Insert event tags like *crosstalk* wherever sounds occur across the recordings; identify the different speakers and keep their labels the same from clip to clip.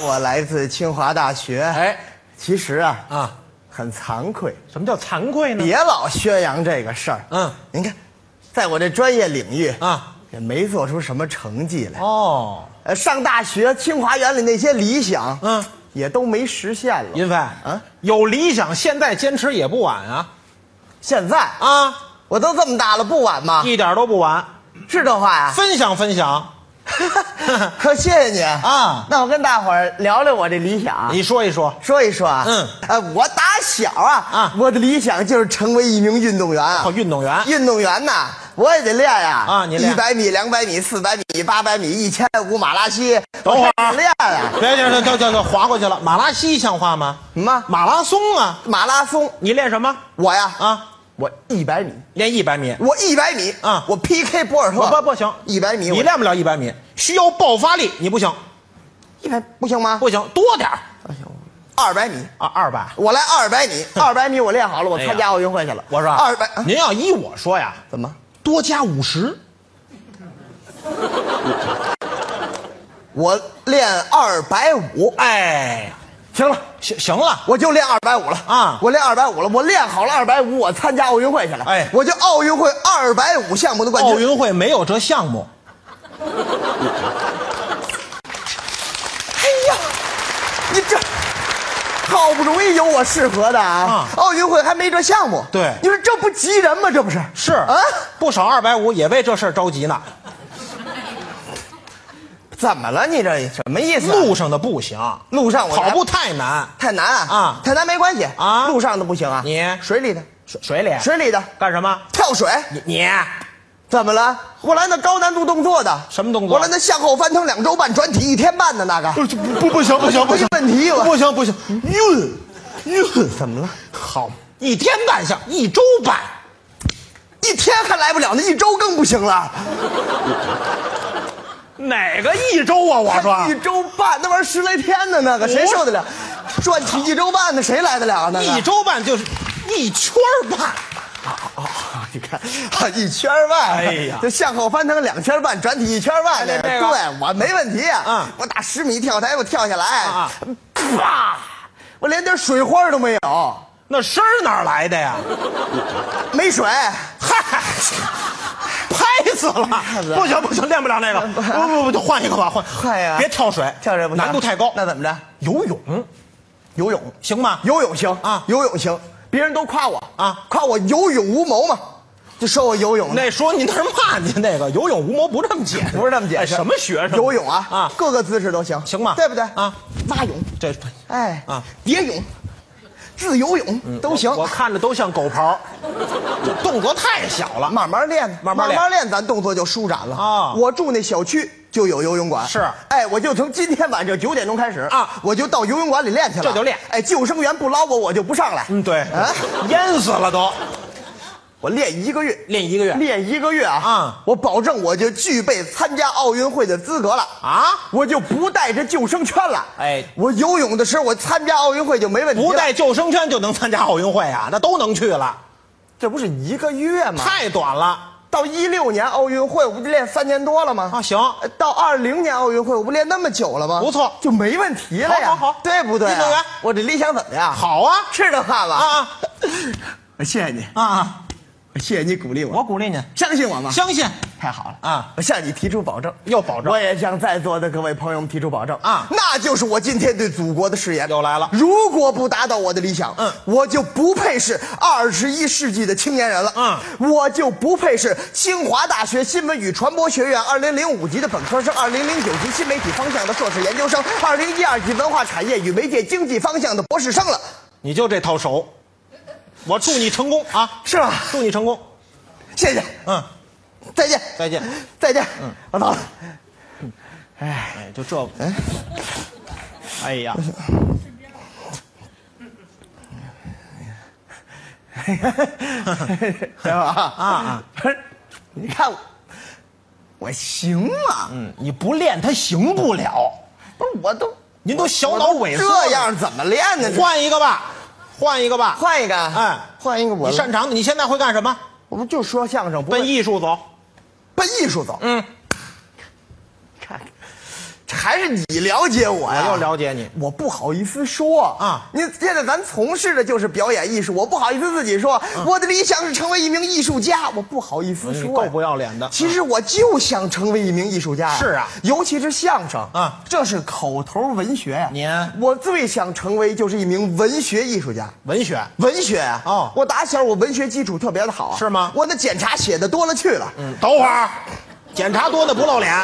Speaker 1: 我来自清华大学。
Speaker 2: 哎，
Speaker 1: 其实啊
Speaker 2: 啊，
Speaker 1: 很惭愧，
Speaker 2: 什么叫惭愧呢？
Speaker 1: 别老宣扬这个事儿。
Speaker 2: 嗯，
Speaker 1: 您看，在我这专业领域
Speaker 2: 啊，
Speaker 1: 也没做出什么成绩来。
Speaker 2: 哦，
Speaker 1: 呃，上大学清华园里那些理想，
Speaker 2: 嗯，
Speaker 1: 也都没实现了。
Speaker 2: 银飞
Speaker 1: 啊，
Speaker 2: 有理想，现在坚持也不晚啊
Speaker 1: 现在啊，
Speaker 2: 啊，
Speaker 1: 我都这么大了，不晚吗？
Speaker 2: 一点都不晚。
Speaker 1: 是这话
Speaker 2: *laughs*
Speaker 1: 呀？
Speaker 2: 分享分享，
Speaker 1: 可谢谢你
Speaker 2: 啊
Speaker 1: 那我跟大伙儿聊聊我这理想，啊
Speaker 2: 你说一说。
Speaker 1: 说一说啊。
Speaker 2: 嗯，
Speaker 1: 呃，我打小啊，
Speaker 2: 啊
Speaker 1: 我的理想就是成为一名运动员啊。
Speaker 2: 哦，运动员，
Speaker 1: 运动员呐，我也得练呀。
Speaker 2: 啊你练
Speaker 1: 一百米、两百米、四百米、八百米、一千五马拉稀，
Speaker 2: 等会儿啊
Speaker 1: 我得练呀。
Speaker 2: 别别别，叫叫叫，划过去了。马拉西像话吗？
Speaker 1: 什么
Speaker 2: 马拉松啊！
Speaker 1: 马拉松？
Speaker 2: 嗯你练什么
Speaker 1: 我呀，
Speaker 2: 啊？
Speaker 1: 我一百米，
Speaker 2: 练一百米？
Speaker 1: 我一百米
Speaker 2: 啊
Speaker 1: 我 PK 博尔特，
Speaker 2: 不不不行，
Speaker 1: 一百米我
Speaker 2: 你练不了一百米，啊需要爆发力，你不行，
Speaker 1: 一百不行吗？
Speaker 2: 不行，多点儿
Speaker 1: 二百米，
Speaker 2: 啊，二百。
Speaker 1: 我来二百
Speaker 2: *laughs*
Speaker 1: 米，二百米我练好了，我
Speaker 2: 哎呀
Speaker 1: 参加奥运会去了。
Speaker 2: 我说啊
Speaker 1: 二百，啊
Speaker 2: 您要依我说呀，
Speaker 1: 怎么？
Speaker 2: 多加五十，
Speaker 1: 我练二百五，
Speaker 2: 哎，
Speaker 1: 行了，
Speaker 2: 行行了，
Speaker 1: 我就练二百五了
Speaker 2: 啊
Speaker 1: 我练二百五了，我练好了二百五，我参加奥运会去了。
Speaker 2: 哎
Speaker 1: 我就奥运会二百五项目的冠军。
Speaker 2: 奥运会没有这项目，
Speaker 1: 哎呀，你这好不容易有我适合的啊
Speaker 2: 啊！
Speaker 1: 奥运会还没这项目，
Speaker 2: 对
Speaker 1: 你说这不急人吗？这不是
Speaker 2: 是
Speaker 1: 啊？
Speaker 2: 不少二百五也为这事儿着急呢，
Speaker 1: 怎么了？你这什么意思啊、
Speaker 2: 路上的不行，
Speaker 1: 路上我
Speaker 2: 跑步太难，
Speaker 1: 太难啊！
Speaker 2: 啊
Speaker 1: 太难没关系
Speaker 2: 啊
Speaker 1: 路上的不行啊，
Speaker 2: 你
Speaker 1: 水里的，
Speaker 2: 水水里
Speaker 1: 水啊里的
Speaker 2: 干什么？
Speaker 1: 跳水
Speaker 2: 你你
Speaker 1: 怎么了？我来那高难度动作的，
Speaker 2: 什么动作
Speaker 1: 我来那向后翻腾两周半，转体一天半的那个。
Speaker 2: 不不不行不行
Speaker 1: 不行问题我
Speaker 2: 不行不行，晕晕
Speaker 1: 怎么了？
Speaker 2: 好，一天半项，一周半，
Speaker 1: 一天还来不了呢，一周更不行了。
Speaker 2: 哪个一周啊？我
Speaker 1: 一
Speaker 2: 说
Speaker 1: 周半，那玩意儿十来天呢，那个谁受得了？转体一周半的谁来得了啊？那个
Speaker 2: 一周半就是一圈儿半，
Speaker 1: 啊你看啊， *laughs* 一圈儿半，
Speaker 2: 哎呀
Speaker 1: 就向后翻腾两圈儿半，转体一圈儿半那个，
Speaker 2: 哎那个
Speaker 1: 对我没问题啊
Speaker 2: 嗯，
Speaker 1: 我打十米跳台我跳下来
Speaker 2: 啊，
Speaker 1: 啪，我连点水花都没有，
Speaker 2: 那声儿哪儿来的呀？
Speaker 1: 没水。
Speaker 2: 嗨，拍死了！不行不行，练不了
Speaker 1: *laughs*
Speaker 2: 那个，不不不，就换一个吧，换
Speaker 1: 换一个
Speaker 2: 别跳水，
Speaker 1: 跳水不行
Speaker 2: 难度太高。
Speaker 1: 那怎么着？
Speaker 2: 游泳
Speaker 1: 游泳，
Speaker 2: 行吗？
Speaker 1: 游泳行
Speaker 2: 啊
Speaker 1: 游泳行，别人都夸我
Speaker 2: 啊
Speaker 1: 夸我有勇无谋嘛，就说我游泳呢
Speaker 2: 那说你那是骂你那个游泳无谋不这么解释，
Speaker 1: 不是这么解
Speaker 2: 哎
Speaker 1: 释，
Speaker 2: 什么学
Speaker 1: *laughs*
Speaker 2: 生
Speaker 1: 游泳啊
Speaker 2: 啊，
Speaker 1: 各个姿势都行，
Speaker 2: 行吗
Speaker 1: 对不对
Speaker 2: 啊？
Speaker 1: 蛙泳，
Speaker 2: 这
Speaker 1: 哎
Speaker 2: 啊嗯
Speaker 1: 蝶泳，自由泳都行，啊
Speaker 2: 我我看着都像狗刨，这动作太小了。
Speaker 1: 慢慢练，
Speaker 2: 慢
Speaker 1: 慢
Speaker 2: 慢练
Speaker 1: 练，咱动作就舒展了
Speaker 2: 啊
Speaker 1: 我住那小区就有游泳馆，
Speaker 2: 是
Speaker 1: 哎，我就从今天晚上九点钟开始
Speaker 2: 啊
Speaker 1: 我就到游泳馆里练去了，
Speaker 2: 这就练
Speaker 1: 哎，救生员不捞我，我就不上来，
Speaker 2: 嗯，对，
Speaker 1: 啊，
Speaker 2: 淹死了都，
Speaker 1: 我练一个月，
Speaker 2: 练一个月
Speaker 1: 练一个月啊，
Speaker 2: 啊
Speaker 1: 我保证我就具备参加奥运会的资格了。
Speaker 2: 啊，
Speaker 1: 我就不带着救生圈了。
Speaker 2: 哎
Speaker 1: 我游泳的时候，我参加奥运会就没问题了。
Speaker 2: 不带救生圈就能参加奥运会啊？那都能去了，
Speaker 1: 这不是一个月吗？
Speaker 2: 太短了
Speaker 1: 到一六年奥运会，我不就练三年多了吗？
Speaker 2: 啊！行，
Speaker 1: 呃到二零年奥运会，我不练那么久了吗？
Speaker 2: 不错
Speaker 1: 就没问题了呀。
Speaker 2: 好好好
Speaker 1: 对不对啊、
Speaker 2: 运动员
Speaker 1: 我这理想怎么样？，
Speaker 2: 好啊
Speaker 1: 是这话吧？
Speaker 2: 啊
Speaker 1: 我谢谢你，
Speaker 2: 啊啊！
Speaker 1: 我谢谢你鼓励我，
Speaker 2: 我鼓励你，
Speaker 1: 相信我吗？
Speaker 2: 相信
Speaker 1: 太好了
Speaker 2: 啊！
Speaker 1: 我向你提出保证，
Speaker 2: 又保证
Speaker 1: 我也向在座的各位朋友们提出保证
Speaker 2: 啊
Speaker 1: 那就是我今天对祖国的誓言。
Speaker 2: 又来了
Speaker 1: 如果不达到我的理想，
Speaker 2: 嗯
Speaker 1: 我就不配是二十一世纪的青年人了，嗯，我就不配是清华大学新闻与传播学院二零零五级的本科生，二零零九级新媒体方向的硕士研究生，二零一二级文化产业与媒介经济方向的博士生了，
Speaker 2: 你就这套手，我祝你成功啊！
Speaker 1: 是吧？
Speaker 2: 祝你成功，
Speaker 1: 谢谢，
Speaker 2: 嗯，
Speaker 1: 再见，
Speaker 2: 再见，嗯
Speaker 1: 再见，我
Speaker 2: *laughs*
Speaker 1: 走了。
Speaker 2: 哎，就这，哎呀，
Speaker 1: 对吧？
Speaker 2: 啊啊，
Speaker 1: 不是，你看我，我行吗？
Speaker 2: 嗯，你不练他行不了，
Speaker 1: 不是，我都
Speaker 2: 您都小
Speaker 1: 我
Speaker 2: 脑
Speaker 1: 都
Speaker 2: 萎缩了，
Speaker 1: 这样怎么练呢？
Speaker 2: 换一个吧，换一个吧，
Speaker 1: 换一个，
Speaker 2: 哎
Speaker 1: 换一个我
Speaker 2: 你擅长的，你现在会干什么？
Speaker 1: 我不就说相声，不会
Speaker 2: 奔艺术走。
Speaker 1: 奔艺术走。
Speaker 2: 嗯，
Speaker 1: 看，还是你了解我哎呀？
Speaker 2: 我又哎了解你
Speaker 1: 我不好意思说
Speaker 2: 啊
Speaker 1: 你现在咱从事的就是表演艺术，我不好意思自己说，我的理想是成为一名艺术家，我嗯不好意思
Speaker 2: 嗯你
Speaker 1: 说呀。
Speaker 2: 够不要脸的。
Speaker 1: 其实我就想成为一名艺术家呀
Speaker 2: 是啊
Speaker 1: 尤其是相声
Speaker 2: 啊
Speaker 1: 这是口头文学呀。
Speaker 2: 你
Speaker 1: 我最想成为就是一名文学艺术家。
Speaker 2: 文学，
Speaker 1: 文学啊，
Speaker 2: 哦
Speaker 1: 我打小我文学基础特别的好啊，
Speaker 2: 是吗嗯
Speaker 1: 我那检查写的多了去了，
Speaker 2: 等会儿，检查多的不露脸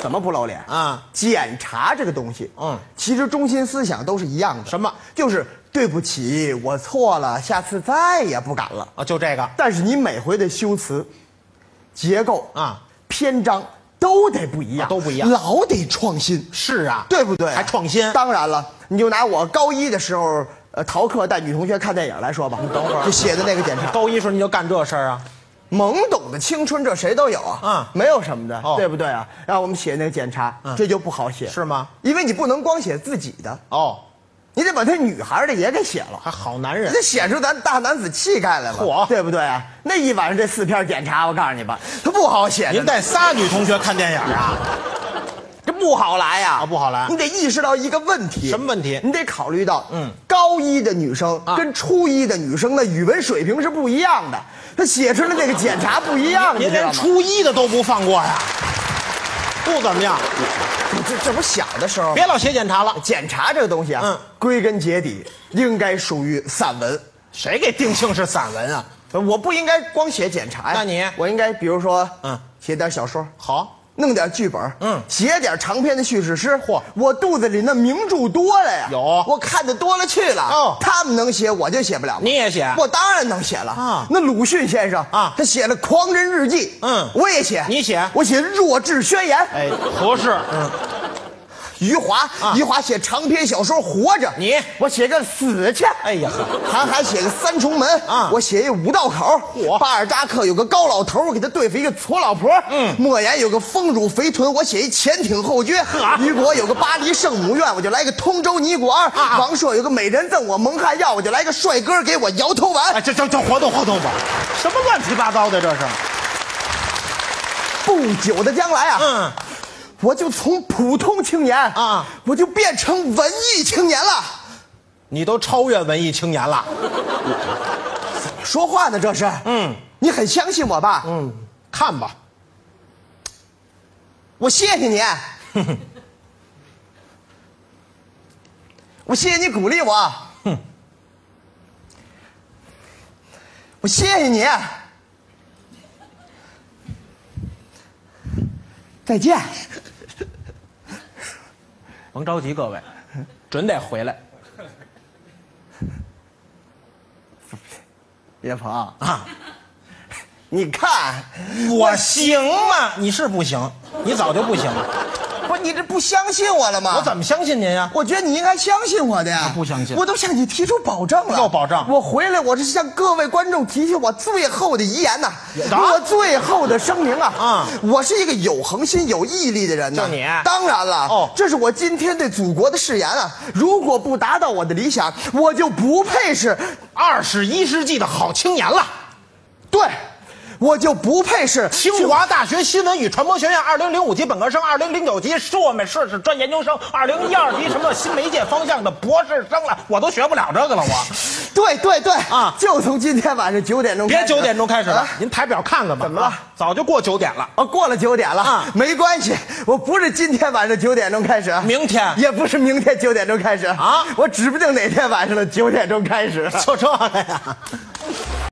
Speaker 1: 怎么不露脸？
Speaker 2: 啊？
Speaker 1: 检查这个东西，
Speaker 2: 嗯
Speaker 1: 其实中心思想都是一样的，
Speaker 2: 什么
Speaker 1: 就是对不起，我错了，下次再也不敢了。
Speaker 2: 啊，就这个
Speaker 1: 但是你每回的修辞、结构
Speaker 2: 啊、
Speaker 1: 篇章都得不一样，
Speaker 2: 啊都不一样
Speaker 1: 老得创新，
Speaker 2: 是啊，
Speaker 1: 对不对？
Speaker 2: 还创新
Speaker 1: 当然了，你就拿我高一的时候，呃，逃课带女同学看电影来说吧，你
Speaker 2: 嗯等会儿啊
Speaker 1: 就写的那个检查，
Speaker 2: 高一时候你就干这事儿啊？
Speaker 1: 懵懂的青春，这谁都有啊，
Speaker 2: 嗯
Speaker 1: 没有什么的，
Speaker 2: 哦嗯
Speaker 1: 对不对啊？让我们写那个检查，这就不好写，
Speaker 2: 是吗？
Speaker 1: 因为你不能光写自己的，
Speaker 2: 哦，
Speaker 1: 你得把他女孩的也给写了，
Speaker 2: 还好
Speaker 1: *laughs*
Speaker 2: 男人
Speaker 1: 你得写出咱大男子气概来嘛，
Speaker 2: 嚯
Speaker 1: 对不对啊？那一晚上这四篇检查，我告诉你吧，他不好写着
Speaker 2: 您
Speaker 1: 呢，
Speaker 2: 带仨女同学看电影
Speaker 1: *laughs*
Speaker 2: 啊？
Speaker 1: 这不好来呀、
Speaker 2: 啊不好来
Speaker 1: 你得意识到一个问题，
Speaker 2: 什么问题
Speaker 1: 你得考虑到，嗯
Speaker 2: 嗯，
Speaker 1: 高一的女生
Speaker 2: 啊
Speaker 1: 跟初一的女生的语文水平是不一样的，她写出来那个检查不一样，
Speaker 2: 您
Speaker 1: 你知道
Speaker 2: 连
Speaker 1: 吗？
Speaker 2: 初一的都不放过呀？不怎么样，
Speaker 1: 这这不小的时候吗，
Speaker 2: 别老写检查了。
Speaker 1: 检查这个东西啊，
Speaker 2: 嗯
Speaker 1: 归根结底应该属于散文。
Speaker 2: 谁给定性是散文啊？
Speaker 1: 我不应该光写检查呀，
Speaker 2: 那你
Speaker 1: 我应该比如说，嗯
Speaker 2: 嗯，
Speaker 1: 写点小说，
Speaker 2: 好，
Speaker 1: 弄点剧本，嗯
Speaker 2: 嗯，
Speaker 1: 写点长篇的叙事诗。嚯
Speaker 2: 嚯，
Speaker 1: 我肚子里那名著多了呀，
Speaker 2: 有
Speaker 1: 我看的多了去了。哦
Speaker 2: 哦，
Speaker 1: 他们能写，我就写不了吗。
Speaker 2: 你也写
Speaker 1: 我当然能写了啊
Speaker 2: 啊！
Speaker 1: 那鲁迅先生啊
Speaker 2: 啊，
Speaker 1: 他写了《狂人日记》，嗯
Speaker 2: 嗯，
Speaker 1: 我也写，
Speaker 2: 你写
Speaker 1: 我写《弱智宣言》。
Speaker 2: 哎，合适。嗯，
Speaker 1: 余华，余华写长篇小说《活着》，
Speaker 2: 你
Speaker 1: 我写个死去。
Speaker 2: 哎呀，
Speaker 1: *laughs* 韩寒写个三重门
Speaker 2: 啊
Speaker 1: 我写一五道口。
Speaker 2: 嚯
Speaker 1: 巴尔扎克有个高老头，我给他对付一个矬老婆。嗯，莫言有个丰乳肥臀，我写一潜艇后撅。
Speaker 2: 啊
Speaker 1: 雨果有个巴黎圣母院，我就来个通州尼姑庵。
Speaker 2: 啊
Speaker 1: 王朔有个美人赠我蒙汗药，我就来个帅哥给我摇头丸。
Speaker 2: 哎，这这这活动活动吧，什么乱七八糟的这是？
Speaker 1: 不久的将来啊，
Speaker 2: 嗯，
Speaker 1: 我就从普通青年
Speaker 2: 啊，
Speaker 1: 我就变成文艺青年了。
Speaker 2: 你都超越文艺青年了。
Speaker 1: 说话呢这是，
Speaker 2: 嗯，
Speaker 1: 你很相信我吧？
Speaker 2: 嗯，看吧，
Speaker 1: 我谢谢 *laughs* 你，我谢谢你鼓励我，我谢谢你，再见。
Speaker 2: 甭着急，各位，准得回来
Speaker 1: 岳鹏，
Speaker 2: 啊！
Speaker 1: 你看，
Speaker 2: 我行吗？你是不行，你早就不行了。
Speaker 1: 不是你这不相信我了吗？
Speaker 2: 我怎么相信您呀？
Speaker 1: 我觉得你应该相信我的呀，
Speaker 2: 啊不相信
Speaker 1: 我都向你提出保证了，
Speaker 2: 要保证
Speaker 1: 我回来，我是向各位观众提起我最后的遗言呐、
Speaker 2: 啊
Speaker 1: 我最后的声明啊，
Speaker 2: 啊
Speaker 1: 我是一个有恒心、有毅力的人呐、
Speaker 2: 就你
Speaker 1: 当然了，
Speaker 2: 哦
Speaker 1: 这是我今天对祖国的誓言啊，如果不达到我的理想，我就不配是，
Speaker 2: 二十一世纪的好青年了。
Speaker 1: 对，我就不配是
Speaker 2: 清华大学新闻与传播学院二零零五级本科生，二零零九级硕美硕士专研究生，二零一二级什么新媒介方向的博士生了，我都学不了这个了。我
Speaker 1: 对对对
Speaker 2: 啊
Speaker 1: 就从今天晚上九点钟开
Speaker 2: 别
Speaker 1: 始，
Speaker 2: 九点钟开始了
Speaker 1: 啊，
Speaker 2: 您台表看看吧。
Speaker 1: 怎么了
Speaker 2: 啊？早就过九点了。
Speaker 1: 哦，过了九点了
Speaker 2: 啊
Speaker 1: 没关系，我不是今天晚上九点钟开始，啊
Speaker 2: 明天
Speaker 1: 也不是明天九点钟开始
Speaker 2: 啊
Speaker 1: 我指不定哪天晚上的九点钟开始。啊
Speaker 2: 就这个呀。